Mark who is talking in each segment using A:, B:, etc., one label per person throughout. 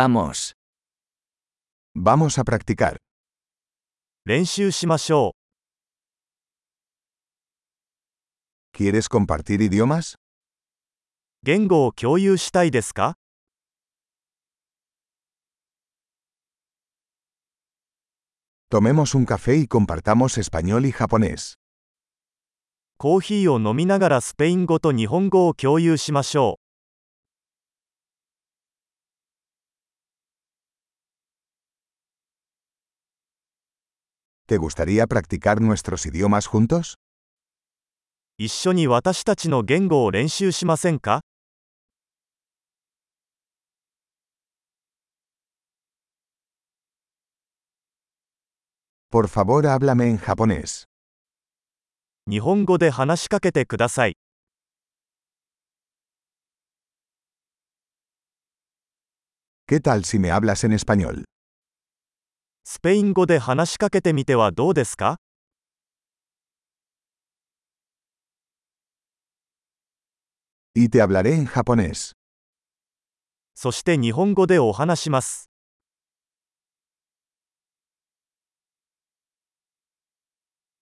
A: Vamos.
B: Vamos a practicar.
C: 練習しましょ
B: ¿Quieres compartir idiomas?
C: う。言語を共有したいですか
B: Tomemos un café y compartamos español y japonés.
C: コーヒーを飲みながらスペイン語と日本語を共有しましょ
B: ¿Te gustaría practicar nuestros idiomas juntos?
C: う。一緒に私たちの言語を練習しませんか
B: Por favor, háblame en japonés.
C: 日本語で話しかけてください。
B: ¿Qué tal si me hablas en español?
C: スペイン語で話しかけてみてはどうですか
B: Y te hablaré en japonés.
C: そして日本語でお話します。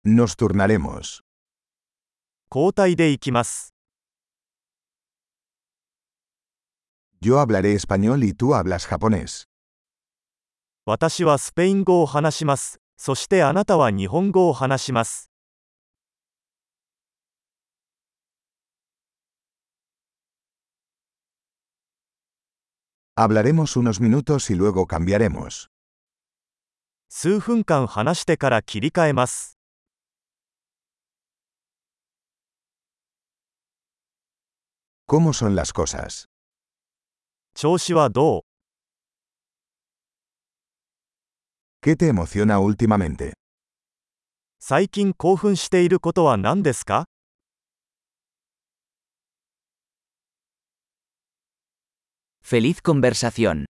B: Nos turnaremos.
C: 交代でいきます。
B: Yo hablaré español y tú hablas japonés.
C: 私はスペイン語を話します。そしてあなたは日本語を話します。
B: Hablaremos unos minutos y luego cambiaremos.
C: 数分間話してから切り替えます。
B: ¿Cómo son las cosas?
C: 調子はどう
B: ¿Qué te emociona últimamente?
C: 最近興奮していることは何ですか
A: Feliz conversación.